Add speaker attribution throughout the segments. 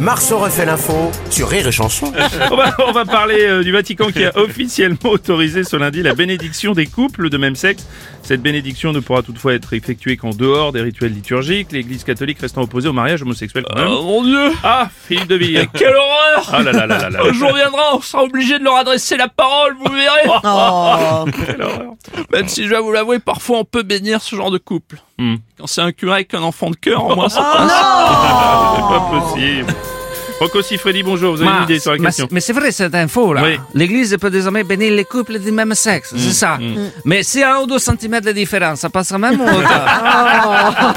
Speaker 1: Marceau refait l'info sur Rire et Chanson.
Speaker 2: on, va, on va parler euh, du Vatican qui a officiellement autorisé ce lundi la bénédiction des couples de même sexe. Cette bénédiction ne pourra toutefois être effectuée qu'en dehors des rituels liturgiques, l'église catholique restant opposée au mariage homosexuel. quand même.
Speaker 3: Oh mon dieu
Speaker 2: Ah, Philippe de Ville.
Speaker 3: Quelle horreur
Speaker 2: Ah là là là là là.
Speaker 3: Un jour viendra, on sera obligé de leur adresser la parole, vous verrez
Speaker 2: Oh. Quelle horreur.
Speaker 3: Même si je dois vous l'avouer, parfois on peut bénir ce genre de couple.
Speaker 2: Hmm.
Speaker 3: Quand c'est un curé avec un enfant de cœur, au moins ça passe.
Speaker 2: C'est pas possible. Rocco Siffredi, bonjour, vous avez une
Speaker 4: Mas-
Speaker 2: idée sur la
Speaker 4: mas-
Speaker 2: question
Speaker 4: Mais c'est vrai cette info là.
Speaker 2: Oui. Mm.
Speaker 4: L'Église peut désormais bénir les couples du même sexe, c'est ça. Mais si un ou deux centimètres de différence, ça passera même ou pas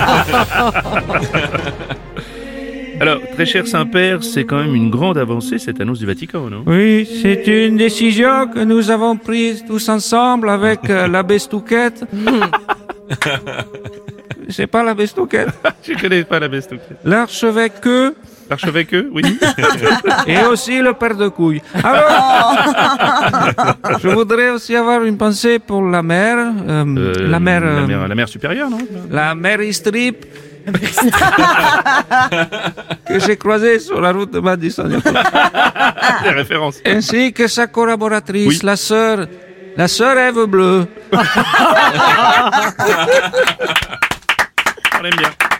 Speaker 2: Alors, très cher Saint-Père, c'est quand même une grande avancée cette annonce du Vatican, non
Speaker 5: Oui, c'est une décision que nous avons prise tous ensemble avec euh, l'abbé Stouquette. c'est pas l'abbé Stouquette.
Speaker 2: Bah, Je connais pas la best
Speaker 5: L'archevêque Queux
Speaker 2: L'archevêque, eux, oui
Speaker 5: et aussi le père de couille. Alors, je voudrais aussi avoir une pensée pour la mère, euh,
Speaker 2: Euh,
Speaker 5: la mère, euh,
Speaker 2: la mère. la mère supérieure, non
Speaker 5: la mère Strip. que j'ai croisée sur la route de Madison.
Speaker 2: Les références.
Speaker 5: ainsi que sa collaboratrice,
Speaker 2: Oui.
Speaker 5: la sœur, la sœur Ève Bleue.
Speaker 2: On l'aime bien.